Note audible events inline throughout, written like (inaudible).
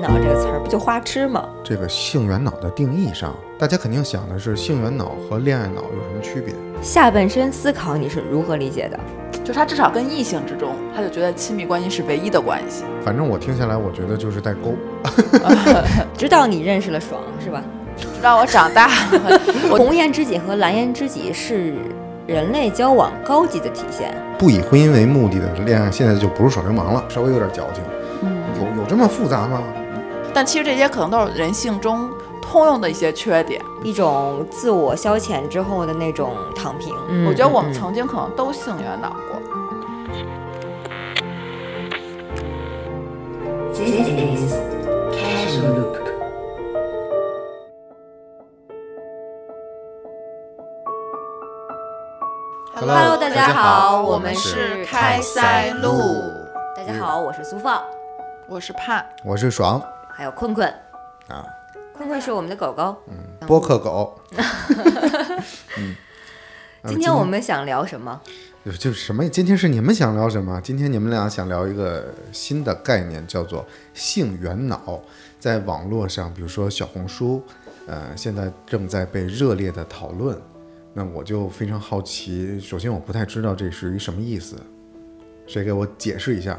脑这个词儿，不就花痴吗？这个性缘脑的定义上，大家肯定想的是性缘脑和恋爱脑有什么区别？下半身思考你是如何理解的？就是他至少跟异性之中，他就觉得亲密关系是唯一的关系。反正我听下来，我觉得就是代沟。直到你认识了爽，是吧？直到我长大，我红颜知己和蓝颜知己是人类交往高级的体现。不以婚姻为目的的恋爱，现在就不是耍流氓 (laughs) 了，稍微有点矫情。有有这么复杂吗？ (laughs) 但其实这些可能都是人性中通用的一些缺点。一种自我消遣之后的那种躺平。嗯我觉得我们嗯嗯曾经可能都性缘脑过。 This is Casual Loop. 嗯 Hello，大大家家好好，我我们们是是开开塞塞露露。大家好，我是苏放，我是怕我是爽还有困困。啊，困困是我们的狗狗。播客狗。嗯，今天我们想聊什么？就就什么？今天是你们想聊什么？今天你们俩想聊一个新的概念，叫做性缘脑，在网络上，比如说小红书，呃，现在正在被热烈的讨论。那我就非常好奇，首先我不太知道这是一什么意思，谁给我解释一下？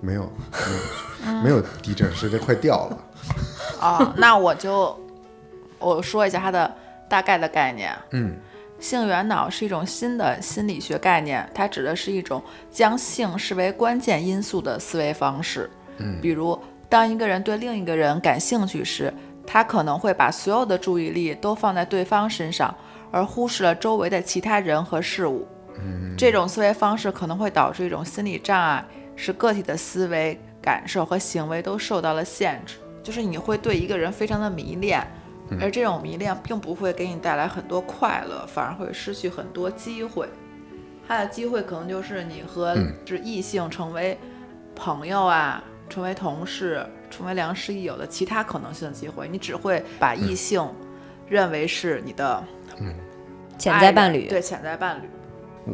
没有，没有，没有地震，是这快掉了。啊，那我就我说一下它的大概的概念。嗯，性缘脑是一种新的心理学概念，它指的是一种将性视为关键因素的思维方式。嗯，比如当一个人对另一个人感兴趣时，他可能会把所有的注意力都放在对方身上，而忽视了周围的其他人和事物。这种思维方式可能会导致一种心理障碍，使个体的思维、感受和行为都受到了限制。就是你会对一个人非常的迷恋，而这种迷恋并不会给你带来很多快乐，反而会失去很多机会。他的机会可能就是你和就是异性成为朋友啊，成为同事，成为良师益友的其他可能性的机会。你只会把异性认为是你的潜爱在人伴侣。哎对潜在伴侣。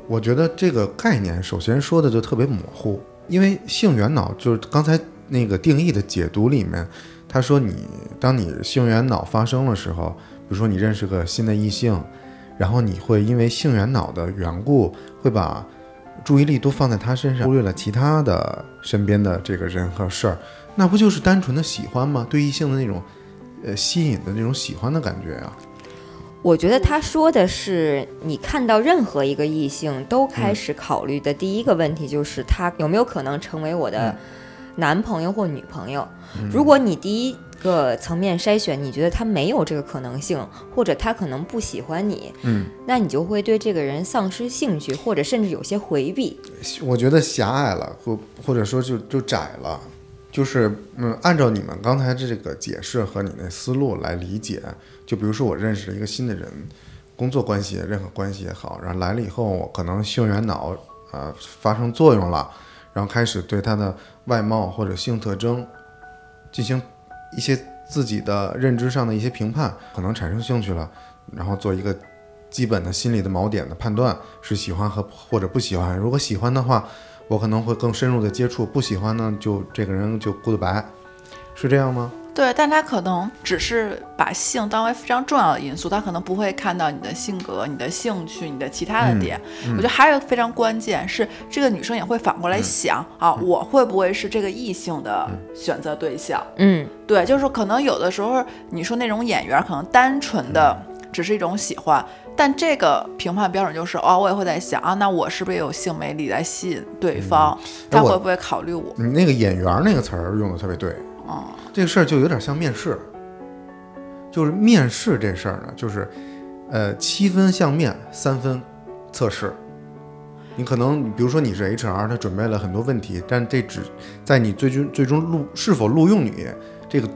我觉得这个概念首先说的就特别模糊，因为性缘脑就是刚才那个定义的解读里面，他说你当你性缘脑发生的时候，比如说你认识个新的异性，然后你会因为性缘脑的缘故，会把注意力都放在他身上，忽略了其他的身边的这个人和事儿，那不就是单纯的喜欢吗？对异性的那种呃吸引的那种喜欢的感觉啊。我觉得他说的是，你看到任何一个异性都开始考虑的第一个问题就是他有没有可能成为我的男朋友或女朋友。如果你第一个层面筛选，你觉得他没有这个可能性，或者他可能不喜欢你，嗯，那你就会对这个人丧失兴趣，或者甚至有些回避。我觉得狭隘了，或或者说就就窄了，就是嗯，按照你们刚才这个解释和你那思路来理解，就比如说我认识了一个新的人，工作关系也任何关系也好，然后来了以后，我可能性缘脑呃发生作用了，然后开始对他的外貌或者性特征进行一些自己的认知上的一些评判，可能产生兴趣了，然后做一个基本的心理的锚点的判断是喜欢和或者不喜欢。如果喜欢的话，我可能会更深入的接触；不喜欢呢，就这个人就 goodbye，是这样吗？对，但他可能只是把性当为非常重要的因素，他可能不会看到你的性格、你的兴趣、你的其他的点。我觉得还有一个非常关键是，这个女生也会反过来想、啊，我会不会是这个异性的选择对象？嗯，对，就是可能有的时候你说那种演员可能单纯的只是一种喜欢，但这个评判标准就是哦，我也会在想啊，那我是不是也有性魅力来吸引对方？他我会不会考虑我？你那个演员那个词儿用的特别对，嗯，这个事儿就有点像面试，就是面试这事儿呢，就是呃七分相面，三分测试。你可能比如说你是 HR，他准备了很多问题，但这只在你最终最终录是否录用你这个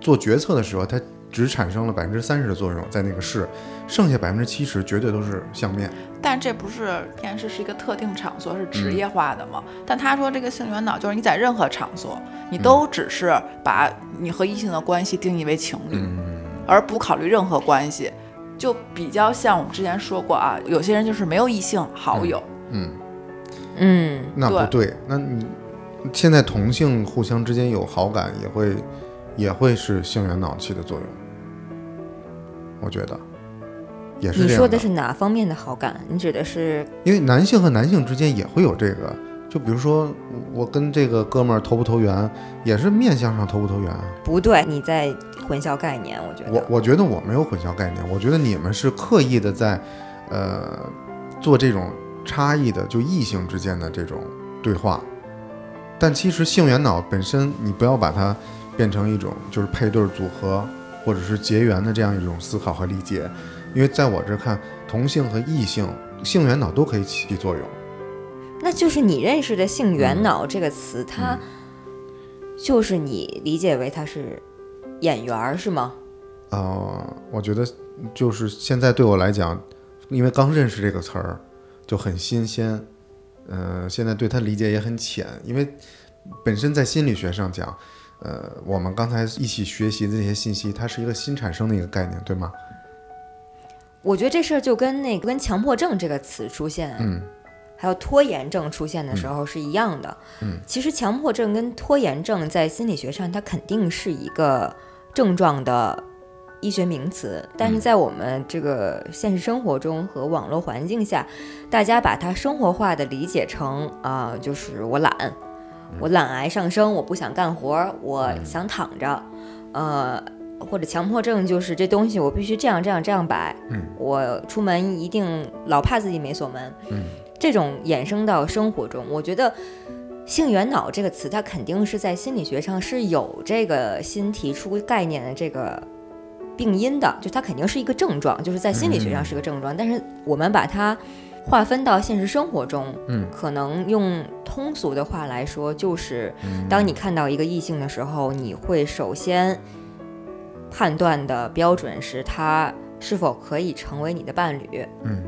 做决策的时候，它只产生了百分之三十的作用在那个市，剩下百分之七十绝对都是相面。但这不是面试是一个特定场嗯所，是职业化的嘛？但他说这个性缘脑就是你在任何场所，嗯你都只是把你和异性的关系定义为情侣，嗯而不考虑任何关系，就比较像我们之前说过啊，有些人就是没有异性好友，嗯，嗯，那不对，那你现在同性互相之间有好感，也会也会是性缘脑气的作用，我觉得也是你这样说的是哪方面的好感？你指的是因为男性和男性之间也会有这个，就比如说我跟这个哥们儿投不投缘，也是面相上投不投缘啊。不对，你在混淆概念，我觉我得。我觉得我没有混淆概念，我觉得你们是刻意的在，呃，做这种差异的，就异性之间的这种对话。但其实性缘脑本身，你不要把它变成一种就是配对组合或者是结缘的这样一种思考和理解，因为在我这看，同性和异性性缘脑都可以起作用。那就是你认识的“性缘脑”这个词，它就是你理解为它是演员儿是吗？呃，我觉得就是现在对我来讲，因为刚认识这个词儿就很新鲜，呃，现在对它理解也很浅，因为本身在心理学上讲，呃，我们刚才一起学习的这些信息，它是一个新产生的一个概念，对吗？我觉得这事儿就跟那个跟强迫症这个词出现，嗯，还有拖延症出现的时候是一样的。嗯，其实强迫症跟拖延症在心理学上它肯定是一个症状的医学名词，但是在我们这个现实生活中和网络环境下，大家把它生活化的理解成啊、就是我懒，我懒癌上升，我不想干活儿，我想躺着，呃。或者强迫症就是这东西我必须这样这样这样摆，我出门一定老怕自己没锁门，嗯，这种衍生到生活中，我觉得“性缘脑”这个词，它肯定是在心理学上是有这个新提出概念的这个病因的，就它肯定是一个症状，就是在心理学上是个症状，但是我们把它划分到现实生活中，嗯，可能用通俗的话来说，就是当你看到一个异性的时候，你会首先判断的标准是他是否可以成为你的伴侣，嗯，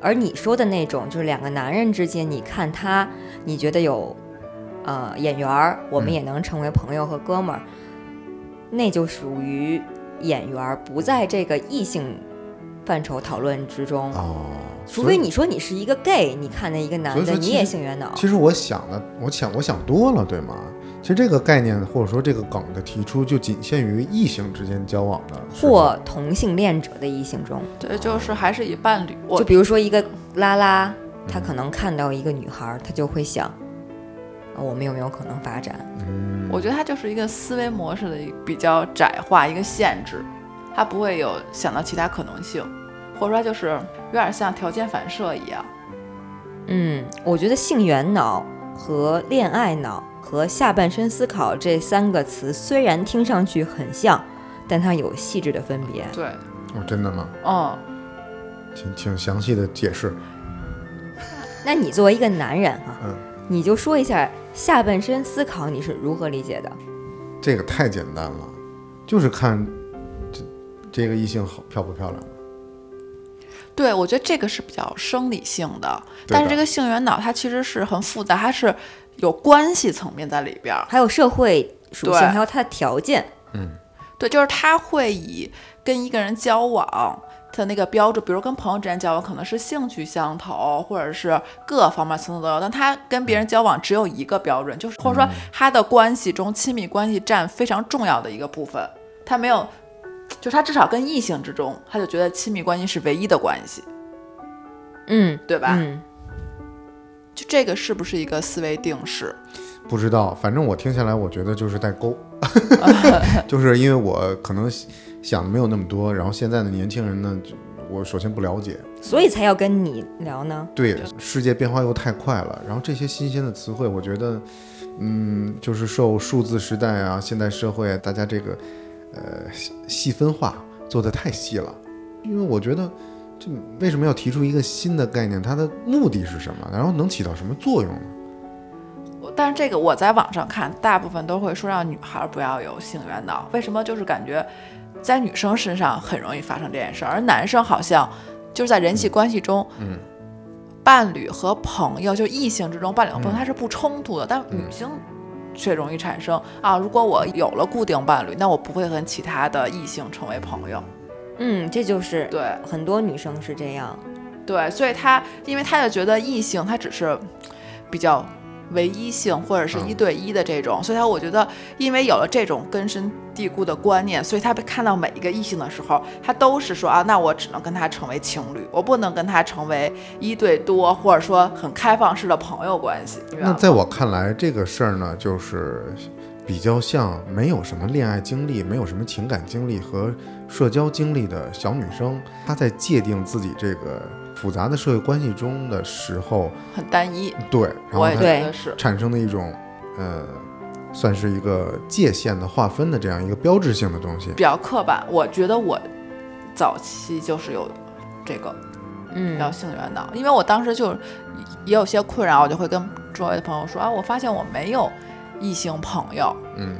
而你说的那种，就是两个男人之间，你看他，你觉得有，呃，眼缘儿，嗯我们也能成为朋友和哥们儿，那就属于眼缘儿，不在这个异性范畴讨论之中。哦，除所非以你说你是一个 gay，你看那一个男所以的，说你其也实性缘脑，其实我想的，我想我想多了，对吗？其实这个概念或者说这个梗的提出，就仅限于异性之间交往的时候，或同性恋者的异性中，对，就是还是以伴侣，我就比如说一个拉拉，他可能看到一个女孩儿，他就会想，啊我们有没有可能发展？我觉得它就是一个思维模式的一比较窄化一个限制，它不会有想到其他可能性，或者说就是有点像条件反射一样。嗯，我觉得性缘脑和恋爱脑和下半身思考这三个词虽然听上去很像，但它有细致的分别。对，哦，真的吗？嗯，请请详细的解释。那你作为一个男人哈、嗯你就说一下下半身思考你是如何理解的？这个太简单了，就是看这这个异性好漂不漂亮。对，我觉得这个是比较生理性的，对但是的这个性缘脑它其实是很复杂，它是有关系层面在里边儿。还有社会属性，对还有它的条件。对，就是他会以跟一个人交往的那个标准，比如跟朋友之间交往，可能是兴趣相投，或者是各方面层层都有，但他跟嗯别人交往只有一个标准，就是或者说他的关系中亲密关系占非常重要的一个部分，他没有，就是他至少跟异性之中，他就觉得亲密关系是唯一的关系，嗯，对吧？嗯，就这个是不是一个思维定式？不知道，反正我听下来，我觉得就是代沟， (laughs) 就是因为我可能想的没有那么多，然后现在的年轻人呢，就我首先不了解，所以才要跟你聊呢。对世界变化又太快了，然后这些新鲜的词汇，我觉得，嗯，就是受数字时代啊、现代社会啊大家这个呃细细分化做得太细了，因为我觉得这为什么要提出一个新的概念，它的目的是什么，然后能起到什么作用呢？我但是这个我在网上看，大部分都会说让女孩不要有性缘脑。为什么？就是感觉在女生身上很容易发生这件事儿，而男生好像就是在人际关系中，嗯，伴侣和朋友，就异性之中伴侣和朋友，它是不冲突的，但女性却容易产生啊。如果我有了固定伴侣，那我不会跟其他的异性成为朋友。嗯，这就是对很多女生是这样。对，所以他因为他就觉得异性他只是比较唯一性或者是一对一的这种，所以他我觉得，因为有了这种根深蒂固的观念，所以他看到每一个异性的时候，他都是说啊，那我只能跟他成为情侣，我不能跟他成为一对多，或者说很开放式的朋友关系。你知道那吗在我看来，这个事儿呢，就是比较像没有什么恋爱经历、没有什么情感经历和社交经历的小女生，她在界定自己这个复杂的社会关系中的时候，很单一，对，嗯然后我也觉她得是。产生的一种呃，算是一个界限的划分的这样一个标志性的东西。比较刻板。我觉得我早期就是有这个嗯叫性缘脑，因为我当时就是也有些困扰，我就会跟周围的朋友说啊，我发现我没有异性朋友，嗯，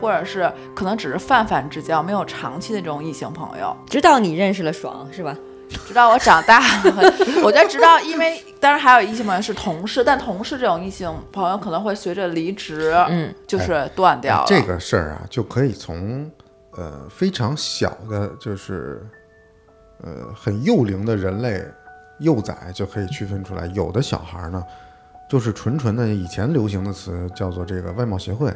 或者是可能只是泛泛之交，没有长期的这种异性朋友。直到你认识了爽，是吧？直到我长大了， (laughs) 我觉得直到因为当然还有异性朋友是同事，但同事这种异性朋友可能会随着离职，嗯，就是断掉了。这个事儿啊，就可以从呃非常小的，就是呃很幼龄的人类幼崽就可以区分出来。有的小孩儿呢，就是纯纯的以前流行的词叫做这个外貌协会，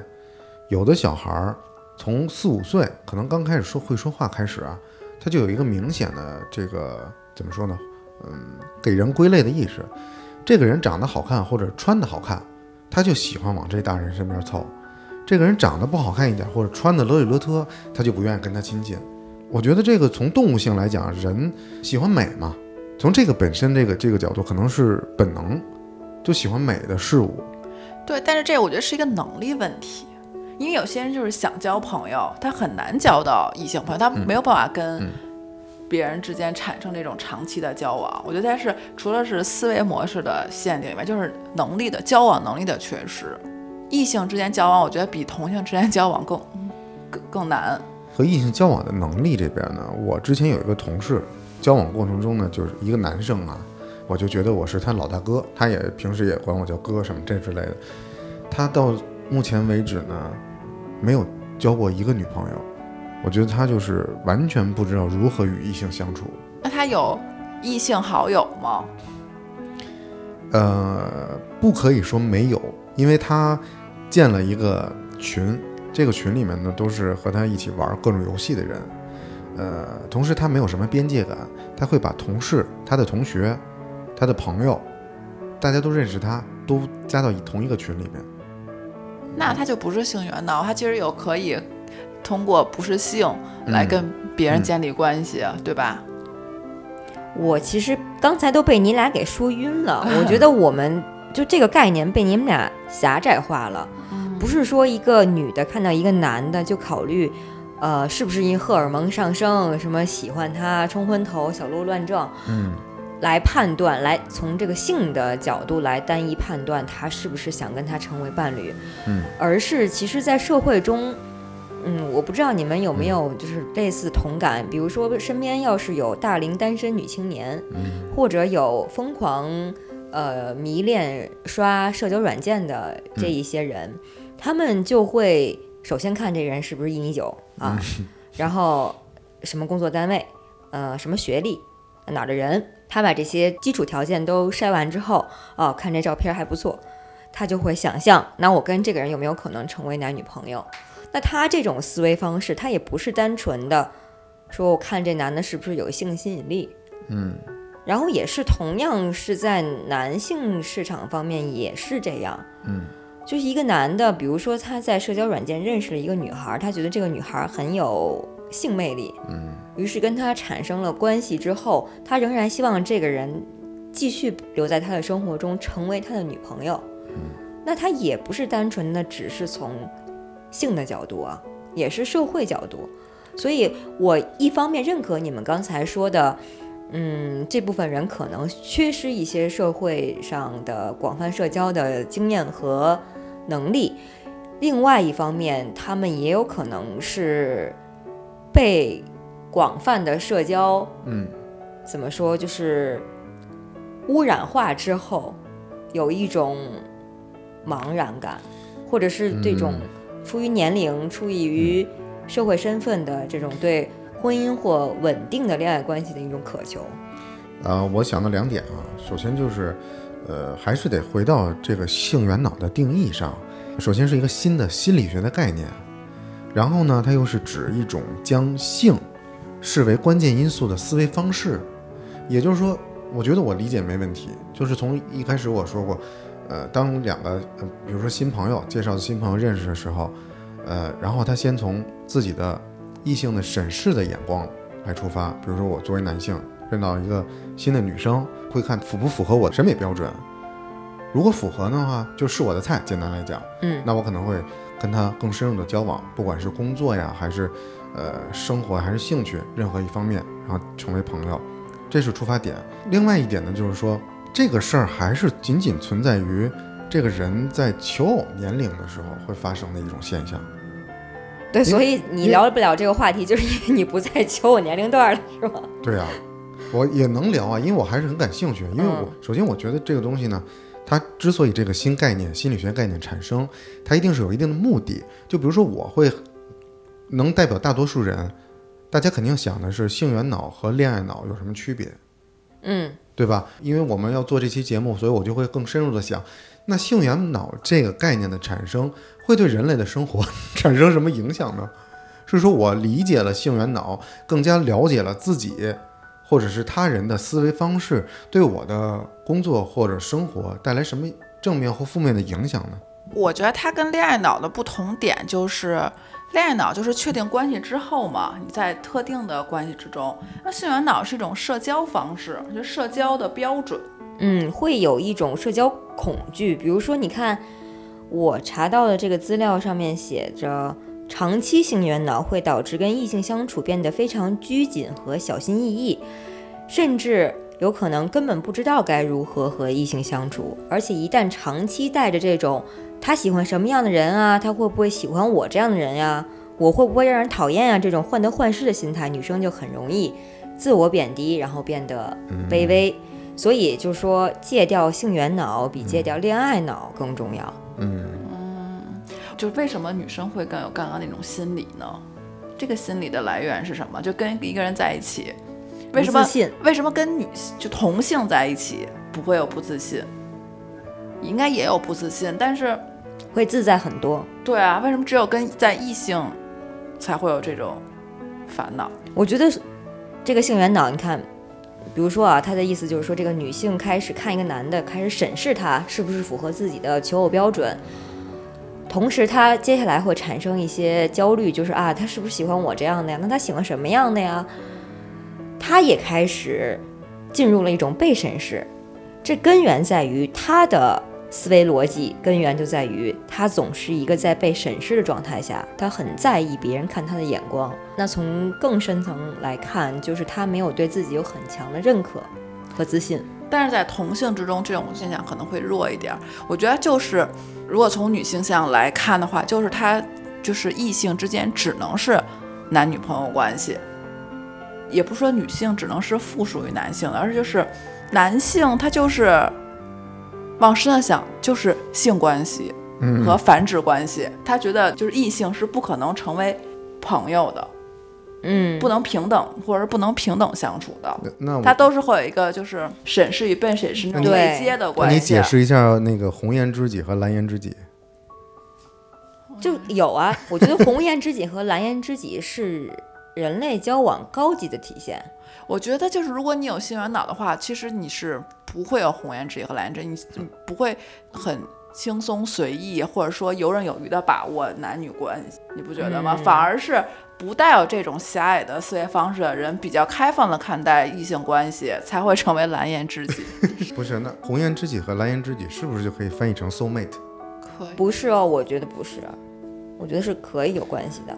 有的小孩儿从四五岁，可能刚开始说会说话开始啊，他就有一个明显的这个怎么说呢？嗯，给人归类的意识。这个人长得好看或者穿得好看，他就喜欢往这大人身边凑。这个人长得不好看一点，或者穿的邋里邋遢，他就不愿意跟他亲近。我觉得这个从动物性来讲，人喜欢美嘛，从这个本身这个这个角度，可能是本能，就喜欢美的事物。对，但是这我觉得是一个能力问题，因为有些人就是想交朋友，他很难交到异性朋友，他没有办法跟别人之间产生这种长期的交往。我觉得他是除了是思维模式的限定以外，就是能力的交往能力的缺失。异性之间交往，我觉得比同性之间交往更更更难。和异性交往的能力这边呢，我之前有一个同事，交往过程中呢，就是一个男生啊，我就觉得我是他老大哥，他也平时也管我叫哥什么这之类的。他到目前为止呢，没有交过一个女朋友，我觉得他就是完全不知道如何与异性相处。那他有异性好友吗？呃，不可以说没有，因为他建了一个群，这个群里面呢都是和他一起玩各种游戏的人。呃，同时他没有什么边界感，他会把同事、他的同学、他的朋友，大家都认识他，都加到同一个群里面。那他就不是性缘脑，他其实有可以通过不是性来跟别人建立关系，啊对吧？我其实刚才都被你俩给说晕 (laughs) 了，我觉得我们就这个概念被你们俩狭窄化了，不是说一个女的看到一个男的就考虑，呃，是不是因荷尔蒙上升，什么喜欢他、冲昏头、小鹿乱撞嗯，来判断，来从这个性的角度来单一判断他是不是想跟他成为伴侣，嗯，而是其实，在社会中。嗯，我不知道你们有没有就是类似同感，比如说身边要是有大龄单身女青年，或者有疯狂呃迷恋刷社交软件的这一些人，他们就会首先看这人是不是一米九啊， (laughs) 然后什么工作单位，呃，什么学历，哪儿的人，他把这些基础条件都筛完之后，哦、看这照片还不错，他就会想象，那我跟这个人有没有可能成为男女朋友？那他这种思维方式，他也不是单纯的说我看这男的是不是有性吸引力，嗯然后也是同样是在男性市场方面也是这样，嗯，就是一个男的，比如说他在社交软件认识了一个女孩，他觉得这个女孩很有性魅力，嗯，于是跟她产生了关系之后，他仍然希望这个人继续留在他的生活中，成为他的女朋友，嗯，那他也不是单纯的只是从性的角度啊，也是社会角度，所以我一方面认可你们刚才说的。嗯，这部分人可能缺失一些社会上的广泛社交的经验和能力。另外一方面，他们也有可能是被广泛的社交，嗯，怎么说，就是污染化之后，有一种茫然感，或者是这种出于年龄、出嗯于社会身份的这种对婚姻或稳定的恋爱关系的一种渴求。呃啊、我想到两点啊，首先就是，呃，还是得回到这个性缘脑的定义上。首先是一个新的心理学的概念，然后呢，它又是指一种将性视为关键因素的思维方式。也就是说，我觉得我理解没问题。就是从一开始我说过，呃，当两个，呃比如说新朋友介绍新朋友认识的时候，呃，然后他先从自己的异性的审视的眼光来出发。比如说，我作为男性认到一个新的女生，会看符不符合我的审美标准。如果符合的话，就是我的菜。简单来讲，嗯那我可能会跟他更深入的交往，不管是工作呀，还是呃生活，还是兴趣，任何一方面，然后成为朋友，这是出发点。另外一点呢，就是说这个事儿还是仅仅存在于这个人在求偶年龄的时候会发生的一种现象。对，所以因你为聊不了这个话题，就是因为你不在求我年龄段了，是吗？对啊，我也能聊啊，因为我还是很感兴趣。因为我、首先我觉得这个东西呢，它之所以这个新概念、心理学概念产生，它一定是有一定的目的。就比如说，我会能代表大多数人，大家肯定想的是性缘脑和恋爱脑有什么区别，嗯，对吧？因为我们要做这期节目，所以我就会更深入的想，那性缘脑这个概念的产生会对人类的生活 (laughs) 产生什么影响呢？是说我理解了性缘脑，更加了解了自己或者是他人的思维方式，对我的工作或者生活带来什么正面或负面的影响呢？我觉得它跟恋爱脑的不同点就是，恋爱脑就是确定关系之后嘛，你在特定的关系之中，那性缘脑是一种社交方式，就是社交的标准。嗯，会有一种社交恐惧。比如说，你看我查到的这个资料上面写着，长期性缘脑会导致跟异性相处变得非常拘谨和小心翼翼，甚至有可能根本不知道该如何和异性相处。而且一旦长期带着这种他喜欢什么样的人啊，他会不会喜欢我这样的人呀、我会不会让人讨厌啊？这种患得患失的心态，女生就很容易自我贬低，然后变得卑微。所以就是说，戒掉性缘脑比戒掉恋爱脑更重要。嗯就是为什么女生会更有刚刚那种心理呢？这个心理的来源是什么？就跟一个人在一起，为什么不自信为什么跟女就同性在一起不会有不自信？应该也有不自信，但是会自在很多。对啊，为什么只有跟在异性才会有这种烦恼？我觉得是这个性缘脑，你看，比如说啊，他的意思就是说，这个女性开始看一个男的，开始审视他是不是符合自己的求偶标准，同时她接下来会产生一些焦虑，就是啊，他是不是喜欢我这样的呀？那他喜欢什么样的呀？她也开始进入了一种被审视，这根源在于她的。思维逻辑根源就在于她总是一个在被审视的状态下，她很在意别人看她的眼光。那从更深层来看，就是她没有对自己有很强的认可和自信。但是在同性之中，这种现象可能会弱一点儿。我觉得就是，如果从女性向来看的话，就是它就是异性之间只能是男女朋友关系，也不是说女性只能是附属于男性的，而是就是男性他就是往深了想，就是性关系嗯和繁殖关系，他觉得就是异性是不可能成为朋友的，嗯，不能平等，或者是不能平等相处的。那它我都是会有一个就是审视与被审视那种对对接的那关系。你解释一下那个红颜知己和蓝颜知己。 (laughs) 就有啊。我觉得红颜知己和蓝颜知己是人类交往高级的体现。我觉得就是如果你有性缘脑的话，其实你是不会有红颜知己和蓝颜知己，你不会很轻松随意或者说游刃有余的把握男女关系，你不觉得吗？嗯反而是不带有这种狭隘的思维方式的人，比较开放的看待异性关系，才会成为蓝颜知己。不是，那红颜知己和蓝颜知己是不是就可以翻译成 soul mate？可以，不是哦，我觉得不是，我觉得是可以有关系的，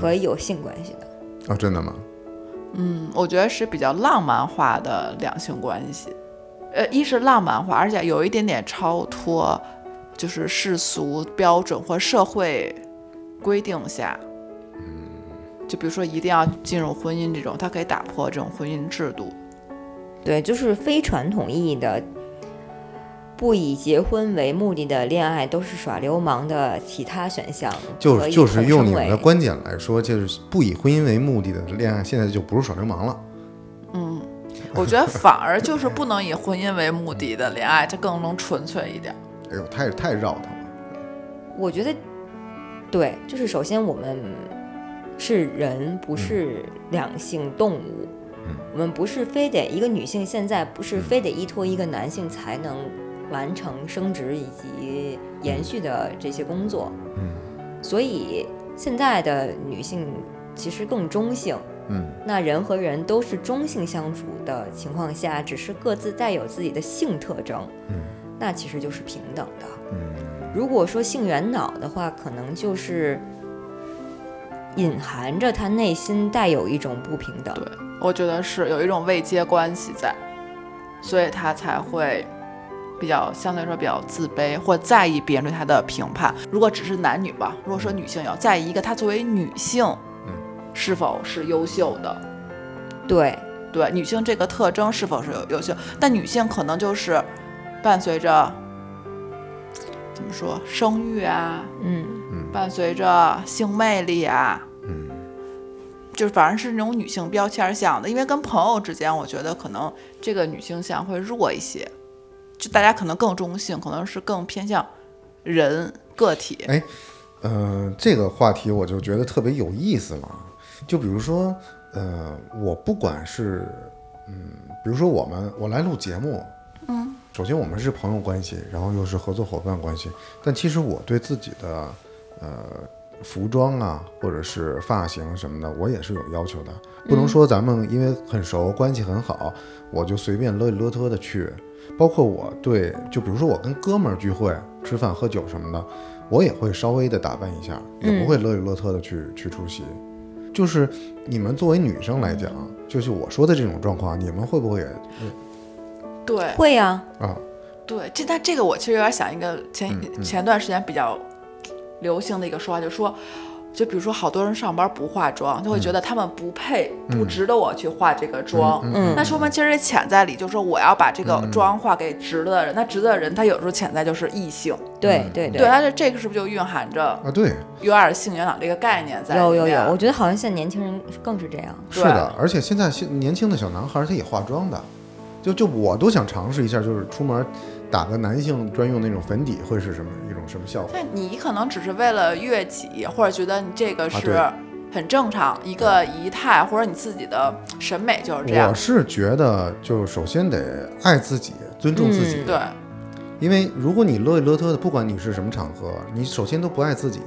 可以有性关系的。哦，真的吗？嗯，我觉得是比较浪漫化的两性关系。呃，一是浪漫化，而且有一点点超脱，就是世俗标准或社会规定下。就比如说，一定要进入婚姻这种，它可以打破这种婚姻制度。对，就是非传统意义的，不以结婚为目的的恋爱都是耍流氓的其他选项，就可以就是统用称你们为的观点来说，就是不以婚姻为目的的恋爱，现在就不是耍流氓了。我觉得反而就是不能以婚姻为目的的恋爱，这更能纯粹一点。哎呦，太太绕他了。我觉得，对，就是首先我们是人，嗯不是两性动物。我们不是非得一个女性现在不嗯是非得依托一个男性才能完成生殖以及嗯延续的这些工作。所以现在的女性其实更中性。嗯，那人和人都是中性相处的情况下，只是各自带有自己的性特征，嗯，那其实就是平等的。嗯如果说性缘脑的话，可能就是隐含着他内心带有一种不平等。对，我觉得是有一种未接关系在，所以他才会比较相对来说比较自卑，或在意别人对他的评判。如果只是男女吧，如果说女性要在意一个她作为女性，嗯，是否是优秀的，对对女性这个特征是否是有优秀，但女性可能就是伴随着怎么说生育啊，嗯，伴随着性魅力啊，嗯，就是反而是那种女性标签像的，因为跟朋友之间，我觉得可能这个女性像会弱一些，就大家可能更中性，可能是更偏向人个体。哎呃，这个话题我就觉得特别有意思了。就比如说，呃，我不管是嗯，比如说我们我来录节目，嗯，首先我们是朋友关系，然后又是合作伙伴关系，但其实我对自己的呃服装啊，或者是发型什么的，我也是有要求的，不能说咱们因为很熟，关系很好，我就随便勒里勒特的去。包括我对，就比如说我跟哥们儿聚会、吃饭、喝酒什么的，我也会稍微的打扮一下，也不会勒里勒特的去、去出席。就是你们作为女生来讲，就是我说的这种状况，你们会不会也对会呀、啊？对，这但这个我其实有点想一个前、嗯前段时间比较流行的一个说法，就说。就比如说，好多人上班不化妆，就会觉得他们不配、不值得我去化这个妆。嗯那说明其实潜在里就是说，我要把这个妆化给值得的人。那值得的人，他有时候潜在就是异性。对对对，啊它是这个是不是就蕴含着啊，对，有点性元朗这个概念在？有有有，我，觉得好像现在年轻人更是这样。是对的，而且现在现年轻的小男孩儿他也化妆的，就就我都想尝试一下，就是出门打个男性专用那种粉底会是什么一种什么效果？但你可能只是为了悦己，或者觉得你这个是啊很正常、一个仪态，或者你自己的审美就是这样我。是觉得，就首先得爱自己，尊重自己，嗯对，因为如果你勒里勒特的，不管你是什么场合，你首先都不爱自己，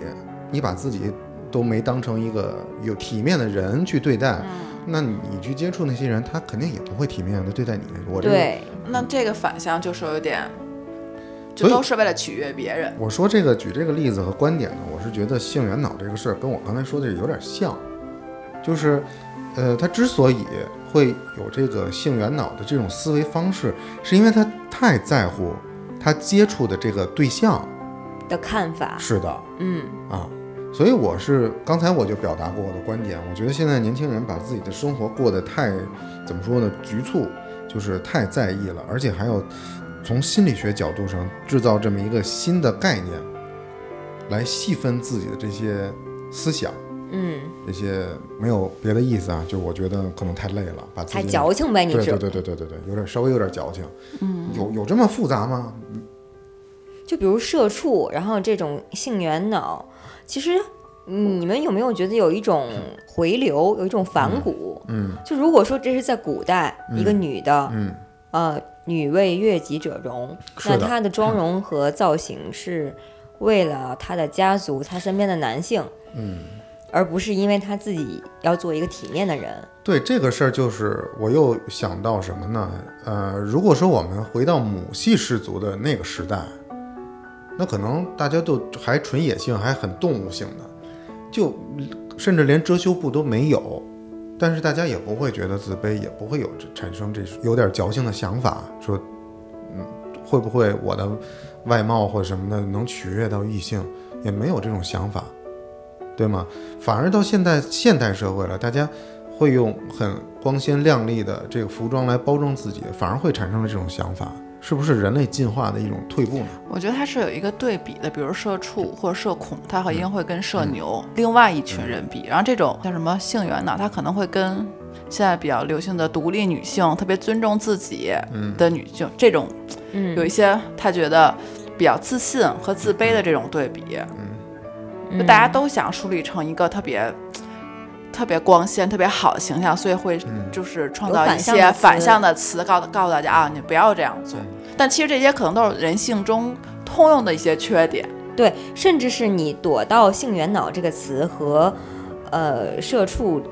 你把自己都没当成一个有体面的人去对待，嗯那你你去接触那些人，他肯定也不会体面的对待你。我这个对，那这个反向就是有点，就所以都是为了取悦别人。我说这个举这个例子和观点呢，我是觉得性缘脑这个事儿跟我刚才说的有点像，就是，呃，他之所以会有这个性缘脑的这种思维方式，是因为他太在乎他接触的这个对象。的看法，是的，嗯，啊，所以我是刚才我就表达过我的观点，我觉得现在年轻人把自己的生活过得太怎么说呢，局促，就是太在意了，而且还要从心理学角度上制造这么一个新的概念，来细分自己的这些思想，嗯，这些没有别的意思啊，就我觉得可能太累了，把自己太矫情呗，你对指对对对对对对，有点稍微有点矫情，嗯，有有这么复杂吗？就比如社畜，然后这种性缘脑，其实嗯你们有没有觉得有一种回流，有一种反骨？嗯就如果说这是在古代，一个女的，嗯呃，女为悦己者容，是那的嗯她的妆容和造型是为了她的家族、她身边的男性，嗯。而不是因为她自己要做一个体面的人。对这个事儿，就是我又想到什么呢？呃，如果说我们回到母系氏族的那个时代，那可能大家都还纯野性，还很动物性的，就甚至连遮羞布都没有。但是大家也不会觉得自卑，也不会有这产生这有点矫情的想法，说，嗯，会不会我的外貌或什么的能取悦到异性，也没有这种想法，对吗？反而到现在现代社会了，大家会用很光鲜亮丽的这个服装来包装自己，反而会产生了这种想法，是不是人类进化的一种退步呢？我觉得它是有一个对比的，比如社畜或者社恐，它嗯和一定会跟社牛、另外一群人比。然后这种像什么性缘脑，它可能会跟现在比较流行的独立女性，特别尊重自己的女性，这种嗯有一些她觉得比较自信和自卑的这种对比，就嗯大家都想树立成一个特别。特别光鲜、特别好的形象，所以会就是创造有一反向些的词反向的词，告告诉大家啊，你不要这样做。但其实这些可能都是人性中通用的一些缺点。对，甚至是你躲到“性缘脑”这个词和呃“社畜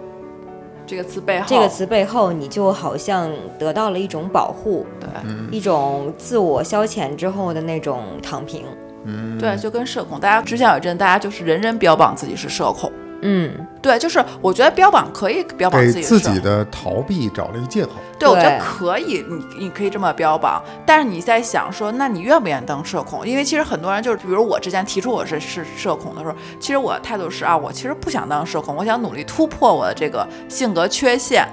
这个词背”后，这个词背后，你就好像得到了一种保护，对、一种自我消遣之后的那种躺平。对，就跟社恐，大家之前有一阵，大家就是人人标榜自己是社恐。嗯，对，就是我觉得标榜可以标榜给己自是社己恐，的逃避找了一借口。对，我觉得对可以，你你可以这么标榜，但是你在想说，那你愿不愿意当社恐？因为其实很多人就是，比如我之前提出我是是社恐的时候，其实我的态度是啊，我其实不想当社恐，我想努力突破我的这个性格缺陷。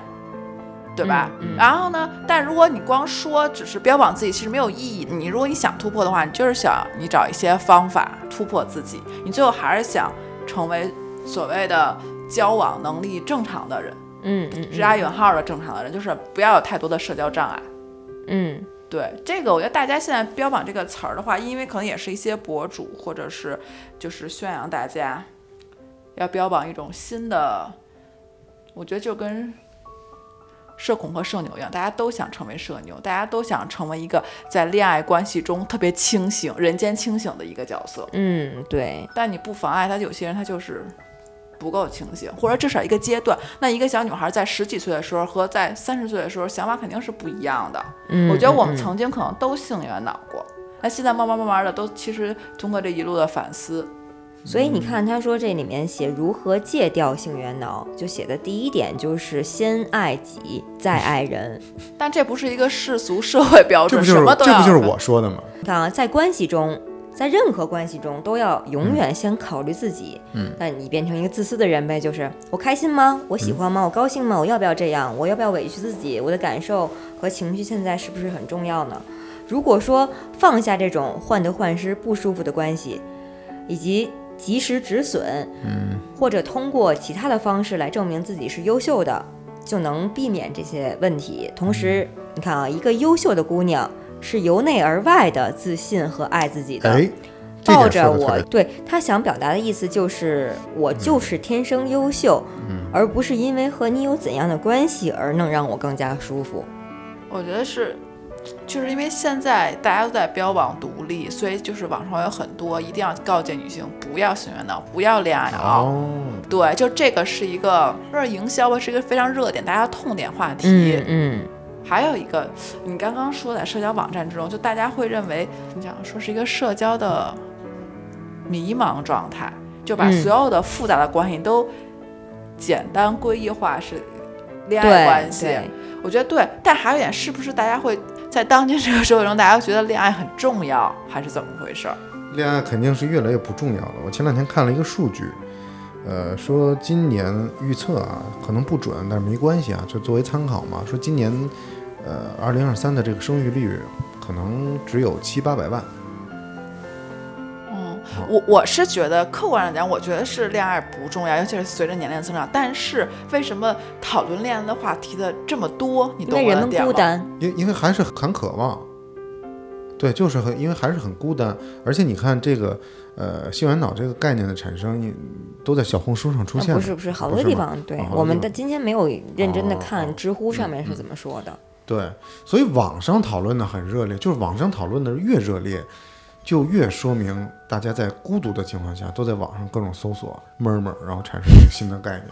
对吧？嗯嗯然后呢？但如果你光说只是标榜自己，其实没有意义。你如果你想突破的话，你就是想你找一些方法突破自己，你最后还是想成为所谓的交往能力正常的人。嗯嗯是阿允号的正常的人，就是不要有太多的社交障碍。嗯，对这个，我觉得大家现在标榜这个词儿的话，因为可能也是一些博主或者是就是宣扬大家要标榜一种新的，我觉得就跟社恐和社牛一样，大家都想成为社牛，大家都想成为一个在恋爱关系中特别清醒、人间清醒的一个角色。嗯，对，但你不妨碍他，有些人他就是不够清醒，或者至少一个阶段。那一个小女孩在十几岁的时候和在三十岁的时候想法肯定是不一样的。嗯，我觉得我嗯们嗯曾经可能都性缘脑过，那现在慢慢慢慢的都其实通过这一路的反思，所以你看，他说这里面写如何戒掉性缘脑，就写的第一点就是先爱己，再爱人。但这不是一个世俗社会标这不就准，是什么都这要不就是我说的吗？你看啊，在关系中，在任何关系中，都要永远先考虑自己。嗯，那你变成一个自私的人呗，就是我开心吗？我喜欢吗？我高兴吗？我要不要这样？我要不要委屈自己？我的感受和情绪现在是不是很重要呢？如果说放下这种患得患失、不舒服的关系，以及及时止损，嗯，或者通过其他的方式来证明自己是优秀的，就能避免这些问题。同时，你看啊，一个优秀的姑娘是由内而外的自信和爱自己的。哎，这嗯抱点着说的特我别，嗯对他想表达的意思就是，我就是天生优秀，而不是因为和你有怎样的关系而能让我更加舒服。我觉得是，就是因为现在大家都在标榜独立，所以就是网上有很多一定要告诫女性不要性缘脑，不要恋爱啊脑。哦，对，就这个是一个说是营销吧，是一个非常热点，大家痛点话题。嗯嗯还有一个，你刚刚说在社交网站之中，就大家会认为你想说是一个社交的迷茫状态，就把嗯所有的复杂的关系都简单归一化是恋爱对关系。对，我觉得对，但还有一点，是不是大家会在当今这个社会中，大家觉得恋爱很重要，还是怎么回事儿？恋爱肯定是越来越不重要了。我前两天看了一个数据，呃，说今年预测啊，可能不准，但是没关系啊，就作为参考嘛。说今年，呃，二零二三的这个生育率可能只有七八百万。嗯，我我是觉得客观上讲，我觉得是恋爱不重要，尤其是随着年龄增长。但是为什么讨论恋爱的话题的这么多？你因懂为我人的们点吗孤？单。因因为还是很渴望，对，就是很因为还是很孤单，而且你看这个呃性缘脑这个概念的产生，你都在小红书上出啊现、不是不是，好不多是地吗方对啊好多我们地的方今天没有认真的哦嗯哦看知乎上面是怎么说的。对，所以网上讨论的很热烈，就是网上讨论的越热烈，就越说明大家在孤独的情况下都在网上各种搜索 murmur，然后产生一个新的概念，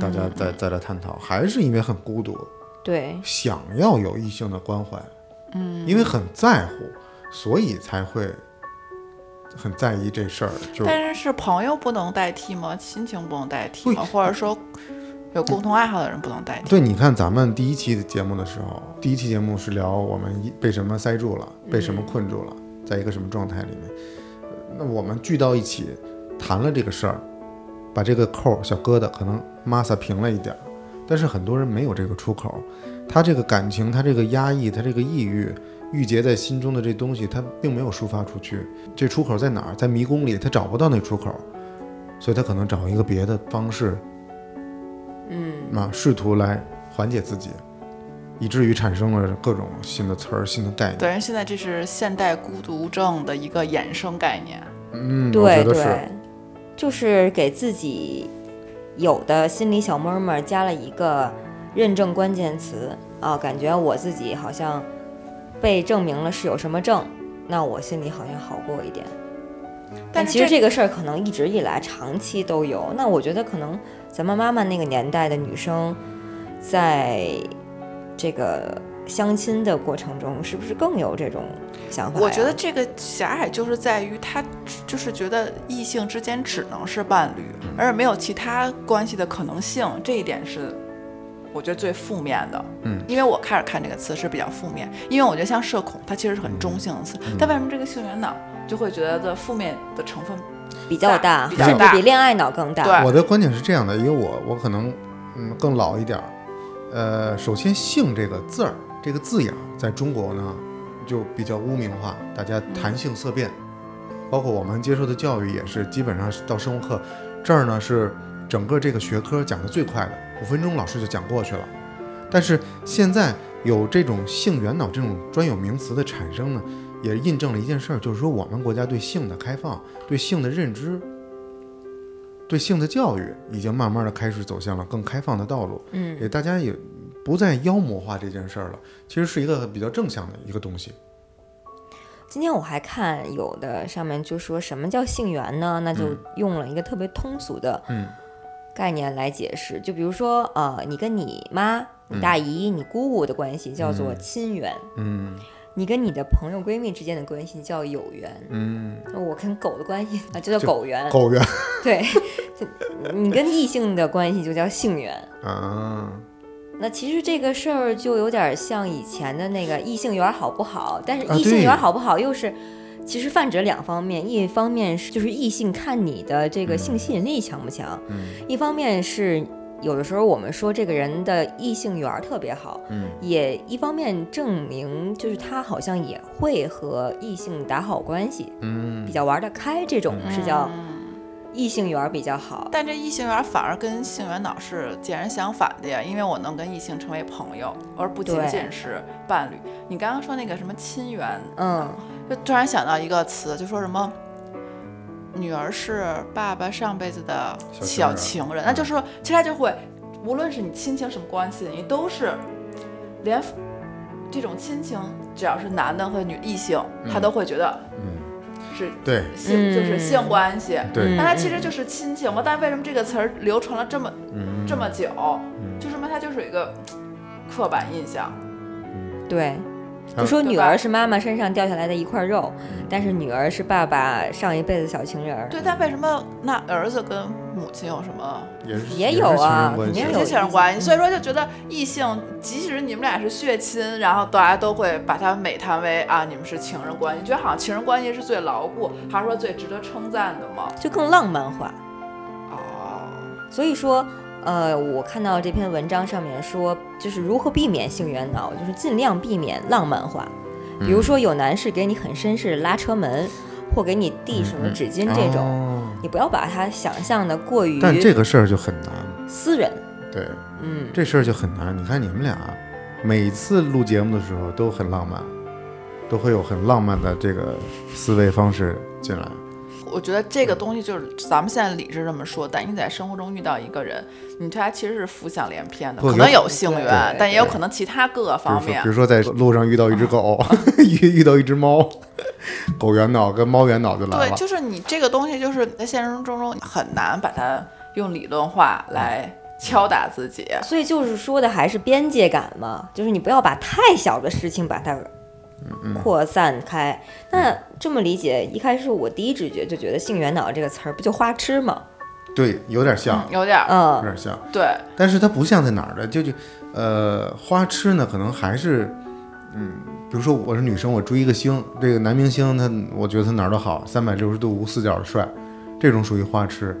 大家嗯再再来探讨，还是因为很孤独，对，想要有异性的关怀，嗯，因为很在乎，所以才会很在意这事儿。就但是朋友不能代替吗？亲情不能代替不吗？或者说有共同爱好的人不能代替？对，你看咱们第一期的节目的时候，第一期节目是聊我们一被什么塞住了，嗯被什么困住了，在一个什么状态里面。呃那我们聚到一起谈了这个事儿，把这个扣儿小疙瘩可能 massa 平了一点儿，但是很多人没有这个出口，他这个感情，他这个压抑，他这个抑郁。郁结在心中的这东西，他并没有抒发出去。这出口在哪儿？在迷宫里，他找不到那出口，啊所以他可能找一个别的方式，嗯，嘛，试图来缓解自己，以至于产生了各种新的词儿、新的嗯概念。对，现在这是现代孤独症的一个衍生概念。嗯，我对觉得对是，，就是给自己有的心理小妹妹儿加了一个认证关键词啊，感觉我自己好像被证明了是有什么症，那我心里好像好过一点。但是哎其实这这个事儿可能一直以来长期都有。那我觉得可能咱们妈妈那个年代的女生，在这个相亲的过程中，是不是更有这种想法呀？我觉得这个狭隘就是在于他就是觉得异性之间只能是伴侣，而没有其他关系的可能性，这一点是我觉得最负面的。嗯，因为我开始看这个词是比较负面，因为我觉得像社恐，它其实是很中性的词，但为什么这个性缘脑就会觉得负面的成分？比较大，比较甚至大比恋爱脑更大。对我的观点是这样的，因为我我可能嗯更老一点儿，呃，首先“性”这个字儿，这个字眼儿在中国呢就比较污名化，大家谈性色变，包括我们接受的教育也是，基本上是到生物课这儿呢是整个这个学科讲的最快的，五分钟老师就讲过去了。但是现在有这种性缘脑这种专有名词的产生呢，也印证了一件事儿，就是说我们国家对性的开放、对性的认知对性的教育已经慢慢的开始走向了更开放的道路，嗯，也大家也不再妖魔化这件事儿了，其实是一个比较正向的一个东西。今天我还看有的上面就说什么叫性缘呢？那就用了一个特别通俗的嗯概念来解释，就比如说呃，你跟你妈、你大姨、你姑姑的关系叫做亲缘，嗯你跟你的朋友闺蜜之间的关系叫友缘。嗯，那我跟狗的关系啊，就叫就狗缘。狗缘对， (laughs) 就你跟异性的关系就叫性缘。啊，那其实这个事儿就有点像以前的那个异性缘好不好，但是啊异性缘对好不好又是，其实泛指两方面，一方面是就是异性看你的这个性吸引力强不强，嗯一方面是有的时候我们说这个人的异性缘儿特别好，嗯也一方面证明就是他好像也会和异性打好关系，比嗯，较玩得开，这种是叫嗯异性缘儿比较好。但这异性缘反而跟性缘脑是截然相反的呀，因为我能跟异性成为朋友，而不仅对仅是伴侣。你刚刚说那个什么亲缘，嗯，就突然想到一个词，就说什么女儿是爸爸上辈子的小小情人情人，嗯那就是说其实他就会，无论是你亲情什么关系，你都是连这种亲情，只要是男的和女异性，他都会觉得嗯，是对性、就是性关系。对，那它其实就是亲情嘛，但为什么这个词儿流传了这么嗯这么久，就说明它就是有一个刻板印象。对，啊就说女对吧儿是妈妈身上掉下来的一块肉，嗯但是女儿是爸爸上一辈子小情人儿。对，但为什么那儿子跟母亲有什么也是也是有啊亲人关系肯定亲有情意思关系？所以说就觉得异性，即使你们俩是血亲，然后大家都会把它美谈为啊，你们是情人关系，觉得好像情人关系是最牢固，还是说最值得称赞的嘛？就更浪漫化。哦，所以说，呃，我看到这篇文章上面说，就是如何避免性缘脑，就是尽量避免浪漫化。嗯比如说，有男士给你很绅士地拉车门，或给你递什么纸巾这种，嗯哦你不要把它想象的过于但这个事儿就很难，私人。对，嗯，这事儿就很难。你看你们俩每次录节目的时候都很浪漫，都会有很浪漫的这个思维方式进来。我觉得这个东西就是咱们现在理智这么说，但你在生活中遇到一个人，你对他其实是浮想联翩的，不可能有有性对缘对，但也有对可能其他各个比如方说，面比。如说在路上遇到一只狗， (laughs) 遇遇到一只猫，狗圆脑跟猫圆脑就来对，了。就是你这个东西，就是在现实中中很难把它用理论化嗯来敲打自己。所以就是说的还是边界感嘛，就是你不要把太小的事情把它扩散开。那这么理解，一开始我第一直觉就觉得“性缘脑”这个词儿不就花痴吗？对，有点像嗯，，有点儿，有嗯，点像，对，但是它不像在哪儿的，就就呃，花痴呢，可能还是嗯，比如说我是女生，我追一个星，这个男明星他，我觉得他哪儿都好，三百六十度无死角的帅，这种属于花痴。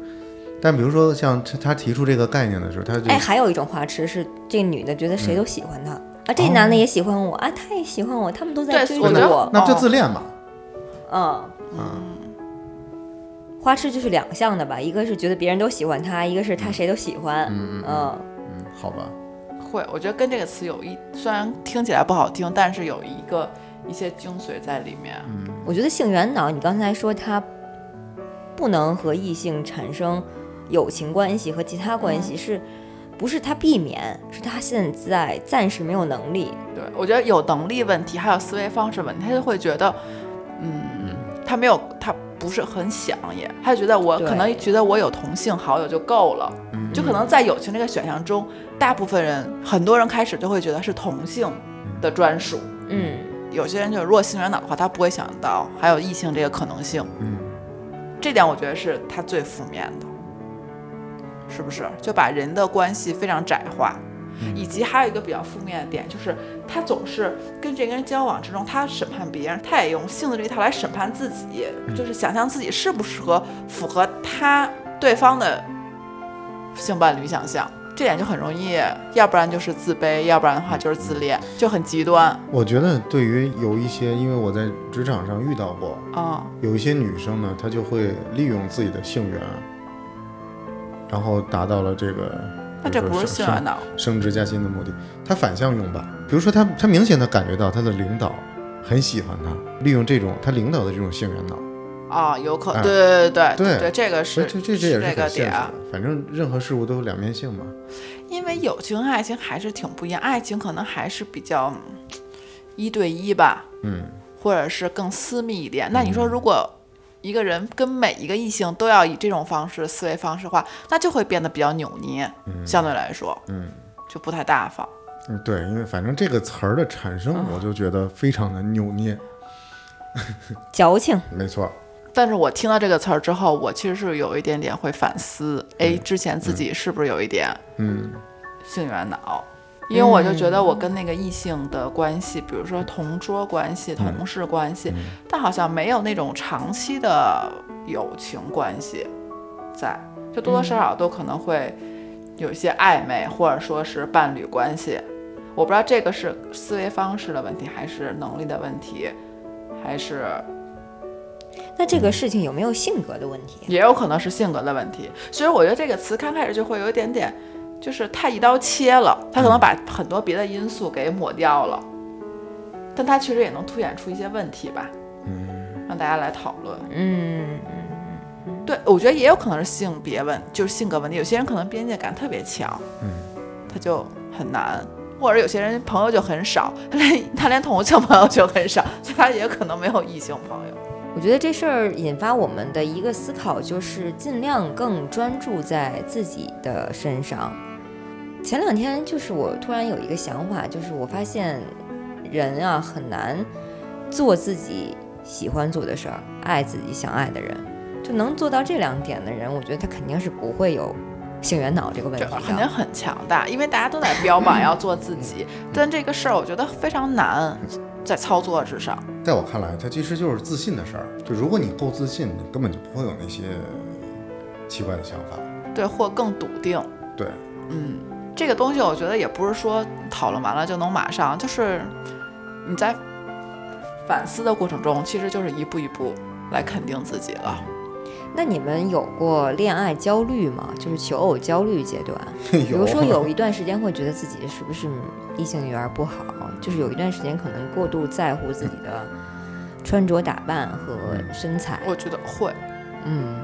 但比如说像他他提出这个概念的时候，他就哎，还有一种花痴是这个女的觉得谁都喜欢她、啊，这男的也喜欢我、啊，他也喜欢我，他们都在对追我着觉得我。那不就自恋嘛？嗯，花痴就是两项的吧，一个是觉得别人都喜欢他，一个是他谁都喜欢。嗯嗯，好吧，会，我觉得跟这个词有一，虽然听起来不好听，但是有一个一些精髓在里面。我觉得性缘脑，你刚才说它不能和异性产生友情关系和其他关系，是不是他避免？是他现在暂时没有能力。对，我觉得有能力问题，还有思维方式问题，他就会觉得，嗯，他没有，他不是很想也，他就觉得我对可能觉得我有同性好友就够了，就可能在友情这个选项中，大部分人很多人开始就会觉得是同性的专属，嗯，有些人就如果性缘脑的话，他不会想到还有异性这个可能性，嗯，这点我觉得是他最负面的，是不是？就把人的关系非常窄化，以及还有一个比较负面的点，就是他总是跟这个人交往之中，他审判别人，他也用性的这一套来审判自己，就是想象自己适不适合符合他对方的性伴侣想象。这点就很容易，要不然就是自卑，要不然的话就是自恋，就很极端。我觉得对于有一些，因为我在职场上遇到过，啊、有一些女生呢，她就会利用自己的性缘，然后达到了这个，那比这如说不是升性缘脑，升职加薪的目的，她反向用吧。比如说她，她明显的感觉到她的领导很喜欢她，利用这种她领导的这种性缘脑，啊，有可哎对对对对对，这个所以这是这这也是这个很现点实啊的，。反正任何事物都有两面性嘛。因为友情和爱情还是挺不一样，爱情可能还是比较嗯一对一吧，嗯，或者是更私密一点。那你说，如果一个人跟每一个异性都要以这种方式思维方式的话，那就会变得比较扭捏，相对来说，嗯，就不太大方。嗯，对，因为反正这个词儿的产生，我就觉得非常的扭捏。矫情，没错，但是我听到这个词儿之后，我其实是有一点点会反思，哎，之前自己是不是有一点嗯性缘脑，因为我就觉得我跟那个异性的关系，比如说同桌关系、同事关系，但好像没有那种长期的友情关系在，就多多少少都可能会有一些暧昧，或者说是伴侣关系。我不知道这个是思维方式的问题，还是能力的问题，还是那这个事情有没有性格的问题啊？也有可能是性格的问题。所以我觉得这个词刚开始就会有一点点，就是太一刀切了，它可能把很多别的因素给抹掉了，但它确实也能凸显出一些问题吧。嗯，让大家来讨论。嗯，对，我觉得也有可能是性别问，就是性格问题。有些人可能边界感特别强，嗯，他就很难。或者有些人朋友就很少，他连他连同性朋友就很少，所以他也可能没有异性朋友。我觉得这事儿引发我们的一个思考，就是尽量更专注在自己的身上。前两天就是我突然有一个想法，就是我发现人啊很难做自己喜欢做的事儿，爱自己想爱的人，就能做到这两点的人，我觉得他肯定是不会有性缘脑这个问这题肯定的。很强大，因为大家都在标榜要做自己，但这个事儿我觉得非常难，在操作之上。在我看来，它其实就是自信的事儿。就如果你够自信，你根本就不会有那些奇怪的想法。对，或更笃定。对，嗯，这个东西我觉得也不是说讨论完了就能马上，就是你在反思的过程中，其实就是一步一步来肯定自己了。那你们有过恋爱焦虑吗？就是求偶焦虑阶段？比如有说有一段时间会觉得自己是不是异性缘不好，就是有一段时间可能过度在乎自己的穿着打扮和嗯身材。我觉得会，嗯，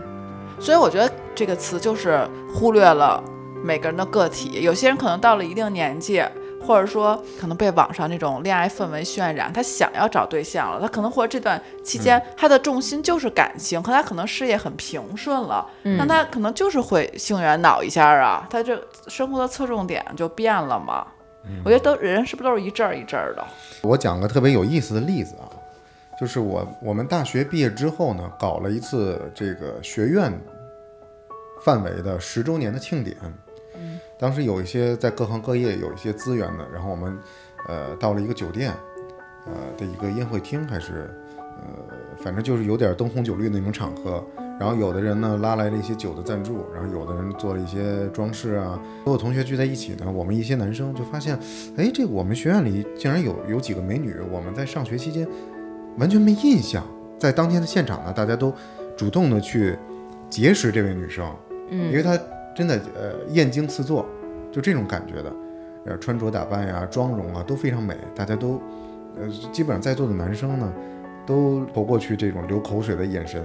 所以我觉得这个词就是忽略了每个人的个体。有些人可能到了一定年纪，或者说可能被网上那种恋爱氛围渲染，他想要找对象了，他可能或者这段期间他的重心就是感情，可他可能事业很平顺了，那他可能就是会性缘脑一下啊，他这生活的侧重点就变了嘛。我觉得都人是不是都是一阵儿一阵儿的？ (laughs) 我讲个特别有意思的例子啊，就是我我们大学毕业之后呢，搞了一次这个学院范围的十周年的庆典。嗯当时有一些在各行各业有一些资源的，然后我们呃到了一个酒店，呃的一个宴会厅还是呃反正就是有点灯红酒绿的那种场合。然后有的人呢拉来了一些酒的赞助，然后有的人做了一些装饰啊。所有同学聚在一起呢，我们一些男生就发现哎，这个我们学院里竟然有有几个美女，我们在上学期间完全没印象。在当天的现场呢，大家都主动的去结识这位女生，嗯，因为她真的呃艳惊四座，就这种感觉的。呃，穿着打扮呀、妆容啊都非常美，大家都，呃，基本上在座的男生呢，都投过去这种流口水的眼神。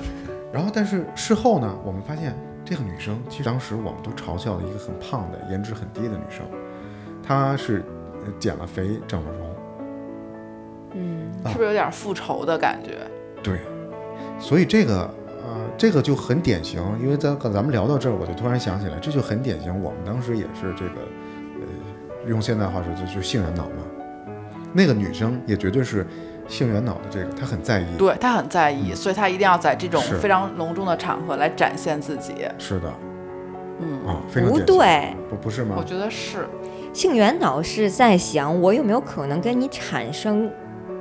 (laughs) 然后，但是事后呢，我们发现这个女生，其实当时我们都嘲笑了一个很胖的、颜值很低的女生，她是呃减了肥、整了容，是不是有点复仇的感觉？对，所以这个呃，这个就很典型，因为咱咱们聊到这儿，我就突然想起来，这就很典型。我们当时也是这个，呃，用现代话说就是性缘脑嘛。那个女生也绝对是性缘脑的这个，她很在意。对他很在意，所以他一定要在这种是非常隆重的场合来展现自己。是的，嗯，啊，非常不典型，对，不不是吗我？觉得是，性缘脑是在想我有没有可能跟你产生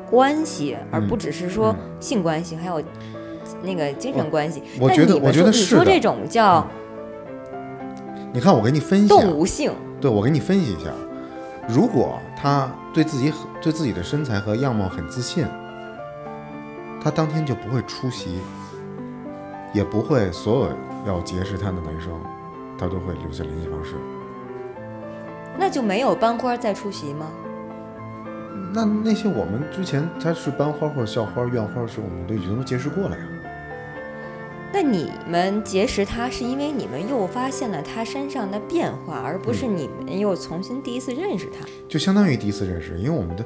关系，而嗯不只是说性关系，还有那个精神关系。我但觉得你们我觉说得你是说的这种叫你看，我给你分析啊，动物性，对我给你分析一下，啊如果她对自己很对自己的身材和样貌很自信，她当天就不会出席，也不会所有要结识她的男生，她都会留下联系方式。那就没有班花再出席吗？那那些我们之前她是班花或者校花、院花时，我们都已经都结识过了呀。那你们结识他是因为你们又发现了他身上的变化，而不是你们又重新第一次认识他。就相当于第一次认识，因为我们的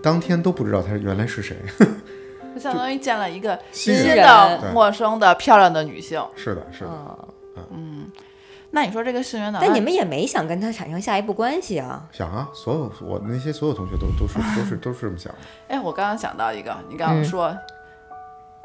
当天都不知道她原来是谁。 (laughs) 啊就相当于见了一个新啊人的对陌生的漂亮的女性。是的，是的，嗯，那你说这个性缘脑，但你们也没想跟他产生下一步关系啊。想啊，所有我那些所有同学都都是都是都是这么想的。哎，我刚刚想到一个，你刚嗯刚说，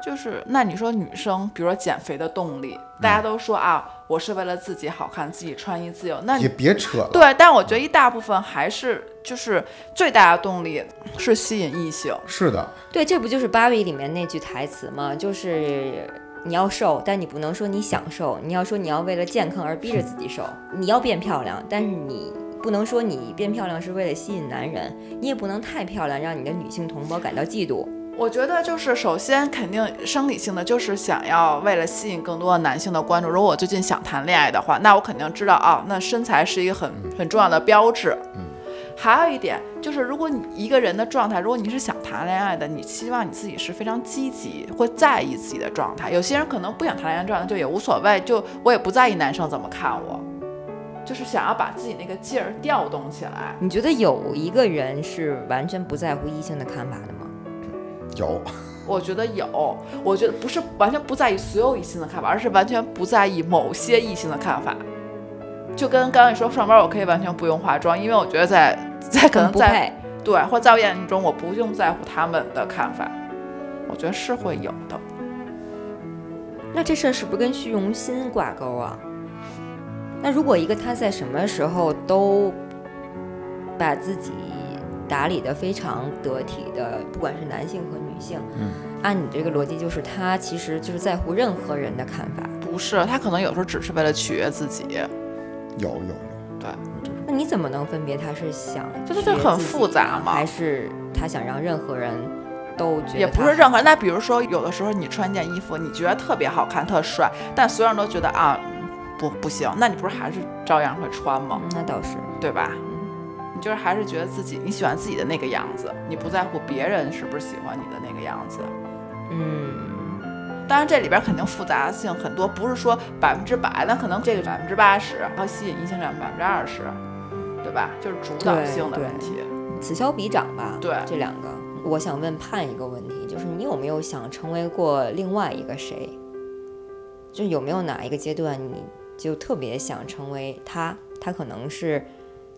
就是那你说女生，比如说减肥的动力，大家都说啊，我是为了自己好看，自己穿衣自由。那也你别扯了，对，但我觉得一大部分还是就是最大的动力是吸引异性。是的，对，这不就是《芭比》里面那句台词吗？就是你要瘦，但你不能说你想瘦，你要说你要为了健康而逼着自己瘦。你要变漂亮，但是你不能说你变漂亮是为了吸引男人，你也不能太漂亮让你的女性同胞感到嫉妒。我觉得就是，首先肯定生理性的就是想要为了吸引更多的男性的关注。如果我最近想谈恋爱的话，那我肯定知道啊，那身材是一个很很重要的标志。嗯，还有一点就是，如果你一个人的状态，如果你是想谈恋爱的，你希望你自己是非常积极，会在意自己的状态。有些人可能不想谈恋爱状态就也无所谓，就我也不在意男生怎么看我，就是想要把自己那个劲儿调动起来。你觉得有一个人是完全不在乎异性的看法的吗？有。 (laughs) 我觉得有，我觉得不是完全不在意所有异性的看法，而是完全不在意某些异性的看法。就跟刚才说上班，我可以完全不用化妆，因为我觉得在 (laughs) 在可能不在配。对或在我眼中，我不用在乎他们的看法。我觉得是会有的，那这事儿是不是跟虚荣心挂钩啊？那如果一个他在什么时候都把自己打理得非常得体的，不管是男性和女性，嗯按你这个逻辑，就是他其实就是在乎任何人的看法。不是他可能有时候只是为了取悦自己，有有有，对有这种那你怎么能分别他是想这取这悦这很自己复杂嘛还是他想让任何人都觉得也不他是任何。那比如说，有的时候你穿一件衣服，你觉得特别好看、特帅，但所有人都觉得啊，嗯不不行，那你不是还是照样会穿吗？嗯那倒是，对吧？你就是还是觉得自己你喜欢自己的那个样子，你不在乎别人是不是喜欢你的那个样子。嗯，当然，这里边肯定复杂性很多，不是说百分之百，那可能这个百分之八十，然后吸引异性占百分之二十，对吧？就是主导性的对问题。此消彼长吧。对这两个，我想问盼一个问题，就是你有没有想成为过另外一个谁？就有没有哪一个阶段你就特别想成为他？他可能是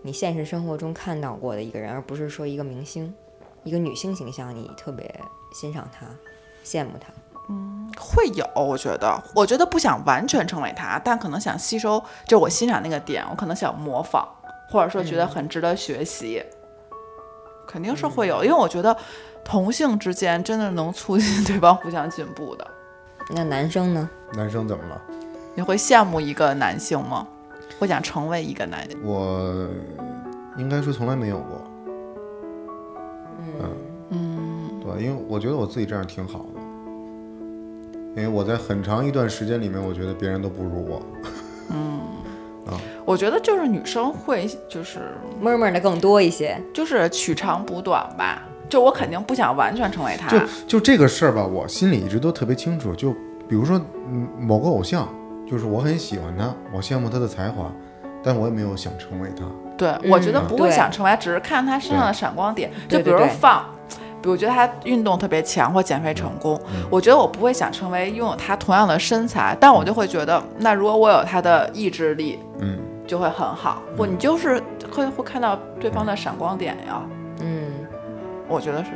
你现实生活中看到过的一个人，而不是说一个明星，一个女性形象，你特别欣赏她，羡慕她。会有，我觉得，我觉得不想完全成为他，但可能想吸收，就我欣赏那个点，我可能想模仿，或者说觉得很值得学习，肯定是会有，因为我觉得同性之间真的能促进对方互相进步的。 (laughs) 那男生呢？男生怎么了？你会羡慕一个男性吗？会想成为一个男人？我应该说从来没有过。嗯对，因为我觉得我自己这样挺好的，因为我在很长一段时间里面，我觉得别人都不如我。我觉得就是女生会就是闷闷的更多一些。就是取长补短吧，就我肯定不想完全成为他，就就这个事儿吧，我心里一直都特别清楚。就比如说，嗯，某个偶像，就是我很喜欢他，我羡慕他的才华，但我也没有想成为他。对，我觉得嗯不会对想成为他，只是看他身上的闪光点。就对比对如对嗯放，比如我觉得他运动特别强或减肥成功，我觉得我不会想成为拥有他同样的身材，但我就会觉得，那如果我有他的意志力，嗯，就会很好。嗯或你就是会会看到对方的闪光点呀。嗯，我觉得是，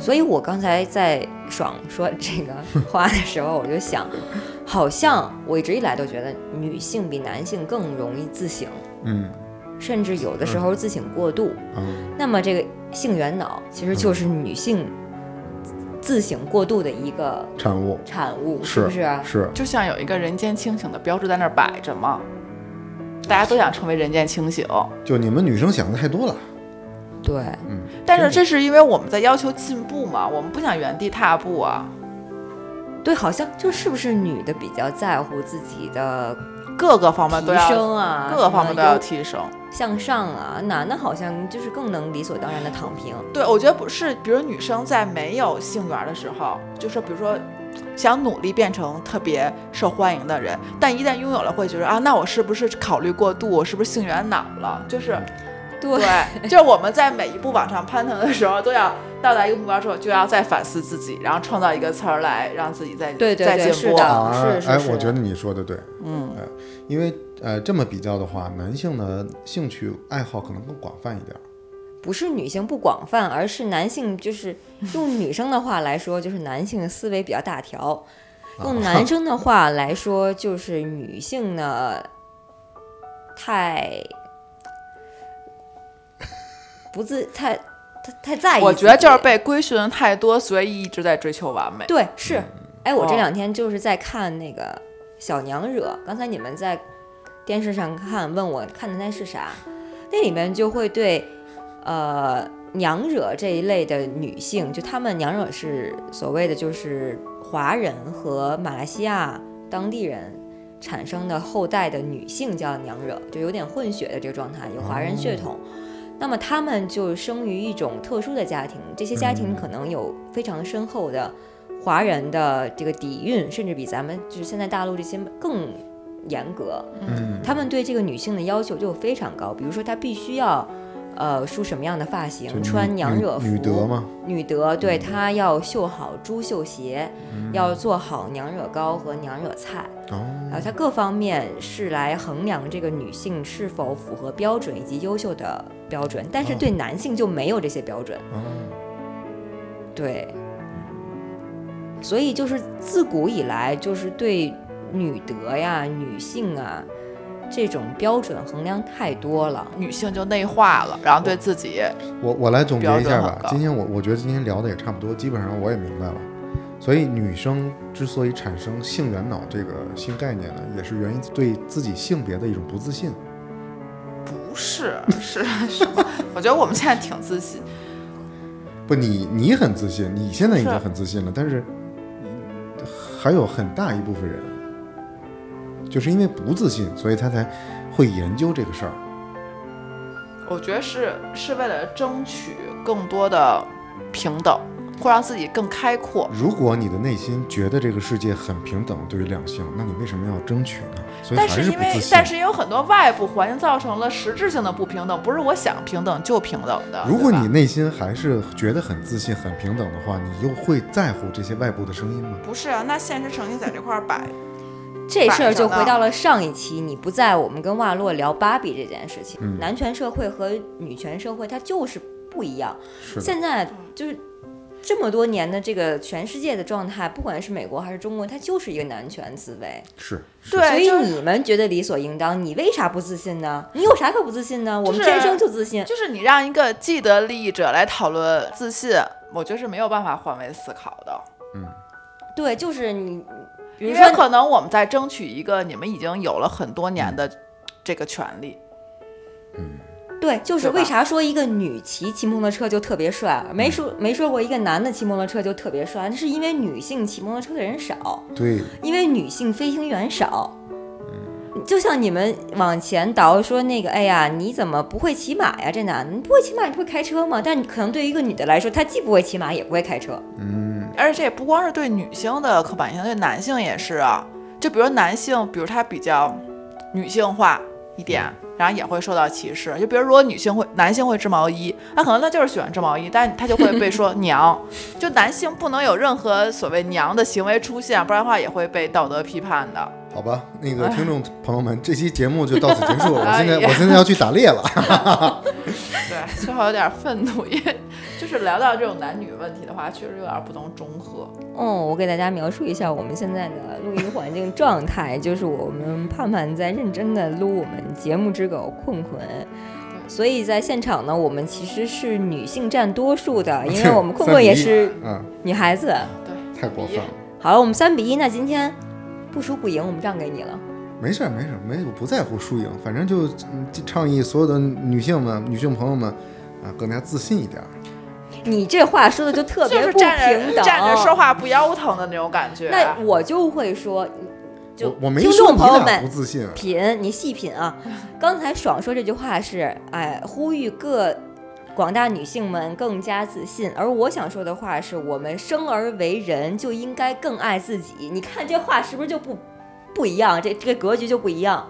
所以我刚才在爽说这个话的时候，我就想，好像我一直以来都觉得女性比男性更容易自省，嗯甚至有的时候自省过度。嗯那么这个性缘脑其实就是女性自省过度的一个产物产物，嗯是是不是啊？是就像有一个人间清醒的标志在那儿摆着嘛，大家都想成为人间清醒。就你们女生想的太多了。对，嗯，但是真的这是因为我们在要求进步嘛，我们不想原地踏步啊。对，好像就是不是女的比较在乎自己的各个方面都提要升啊，各个方面都要什么提升。优向上啊，男的好像就是更能理所当然的躺平。对，我觉得不是，比如女生在没有性缘的时候，就是比如说想努力变成特别受欢迎的人，但一旦拥有了，会觉得啊，那我是不是考虑过度？我是不是性缘脑了？就是对嗯对，就是我们在每一步往上攀登的时候，都要到达一个目标之后，就要再反思自己，然后创造一个词儿来让自己再对对再对进是步。的啊是，是哎，是我觉得你说的对，哎嗯，因为呃，这么比较的话，男性的兴趣爱好可能更广泛一点儿。不是女性不广泛，而是男性就是用女生的话来说，就是男性思维比较大条；用男生的话来说，就是女性呢太不自太太太在意自己。我觉得就是被规训的太多，所以一直在追求完美。对是，哎，我这哦两天就是在看那个《小娘惹》，刚才你们在电视上看，问我看的那是啥，那里面就会对呃娘惹这一类的女性，就她们娘惹是所谓的就是华人和马来西亚当地人。产生的后代的女性叫娘惹，就有点混血的这个状态，有华人哦血统。那么她们就生于一种特殊的家庭，这些家嗯庭可能有非常深厚的华人的这个底蕴，甚至比咱们就是现在大陆这些更严格。嗯，他们对这个女性的要求就非常高，比如说她必须要，呃，梳什么样的发嗯就型，女穿娘惹服，女女德嗯嘛，女德对她要绣好珠绣鞋，嗯要做好娘惹糕和娘惹菜，哦，呃然后它各方面是来衡量这个女性是否符合标准以及优秀的标准，但是哦对男性就没有这些标准。哦，对，所以就是自古以来，就是对女德呀、女性啊这种标准衡量太多了。女性就内化了，然后对自己我我来总结一下标准很吧高。今天我我觉得今天聊的也差不多，基本上我也明白了。所以女生之所以产生性缘脑这个性概念呢，也是源于对自己性别的一种不自信。不是是 (laughs) 什么？我觉得我们现在挺自信，不，你你很自信，你现在已经是很自信了，但是嗯还有很大一部分人，就是因为不自信，所以他才会研究这个事儿。我觉得是是为了争取更多的平等，会让自己更开阔。如果你的内心觉得这个世界很平等，对于两性，那你为什么要争取呢？所以但还是不因自为信。但是也有很多外部环境造成了实质性的不平等，不是我想平等就平等的。如果对吧你内心还是觉得很自信、很平等的话，你又会在乎这些外部的声音吗？不是啊，那现实成绩在这块儿摆，这事儿就晚上啊回呢到了上一期，你不在我们跟瓦洛聊芭比这件事情。嗯男权社会和女权社会它就是不一样。是的，现在就是这么多年的这个全世界的状态，不管是美国还是中国，它就是一个男权思维。是所对，以就是你们觉得理所应当，你为啥不自信呢？你有啥可不自信呢？我们是天生就自信。就是你让一个既得利益者来讨论自信，我觉得是没有办法换位思考的。对，就是你，比如因为说，可能我们在争取一个你们已经有了很多年的这个权利，对，就是对吧为啥说一个女骑骑摩托车就特别帅，啊没说没说过一个男的骑摩托车就特别帅，啊那是因为女性骑摩托车的人少，对，因为女性飞行员少。就像你们往前倒说那个，哎呀，你怎么不会骑马呀？这男的你不会骑马，你不会开车吗？但你可能对于一个女的来说，她既不会骑马，也不会开车。而且这也不光是对女性的刻板印象，对男性也是啊。就比如男性，比如他比较女性化一点，然后也会受到歧视。就比如如果女性会，男性会织毛衣，那可能他就是喜欢织毛衣，但他就会被说娘。就男性不能有任何所谓娘的行为出现，不然的话也会被道德批判的。好吧，那个听众朋友们，这期节目就到此结束。我现在 (laughs) 哎呀我现在要去打猎了。对，最后有点愤怒，因为就是聊到这种男女问题的话，确实有点不能中和。哦，我给大家描述一下我们现在的录音环境状态， (laughs) 就是我们盼盼在认真的撸我们节目之狗困困。所以在现场呢，我们其实是女性占多数的，因为 (laughs) 我们困困也是嗯，女孩子。对，太过分了。好了，我们三比一，那今天不输不赢，我们让给你了。没事儿，没事儿，没我不在乎输赢，反正就嗯倡议所有的女性们、女性朋友们啊，更加自信一点儿。你这话说的就特就别是不站平着等。站着说话不腰疼的那种感觉。啊那我就会说，就我我没听说众你朋友俩不们自信啊，品，你细品 (laughs) 啊。刚才爽说这句话是，哎，呼吁各广大女性们更加自信。而我想说的话是，我们生而为人就应该更爱自己。你看这话是不是就不不一样？这这个格局就不一样。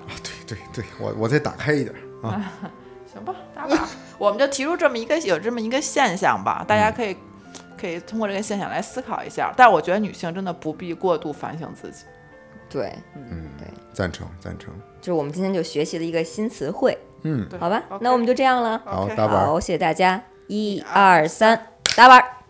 对对，我我再打开一点儿啊。行吧，打吧， (laughs) 我们就提出这么一个有这么一个现象吧，大家可以可以通过这个现象来思考一下。但我觉得女性真的不必过度反省自己。对，嗯对，赞成赞成。就是我们今天就学习了一个新词汇，嗯，对好吧 OK 那我们就这样了。好， OK 打板儿。好，谢谢大家，一一二三，打板儿。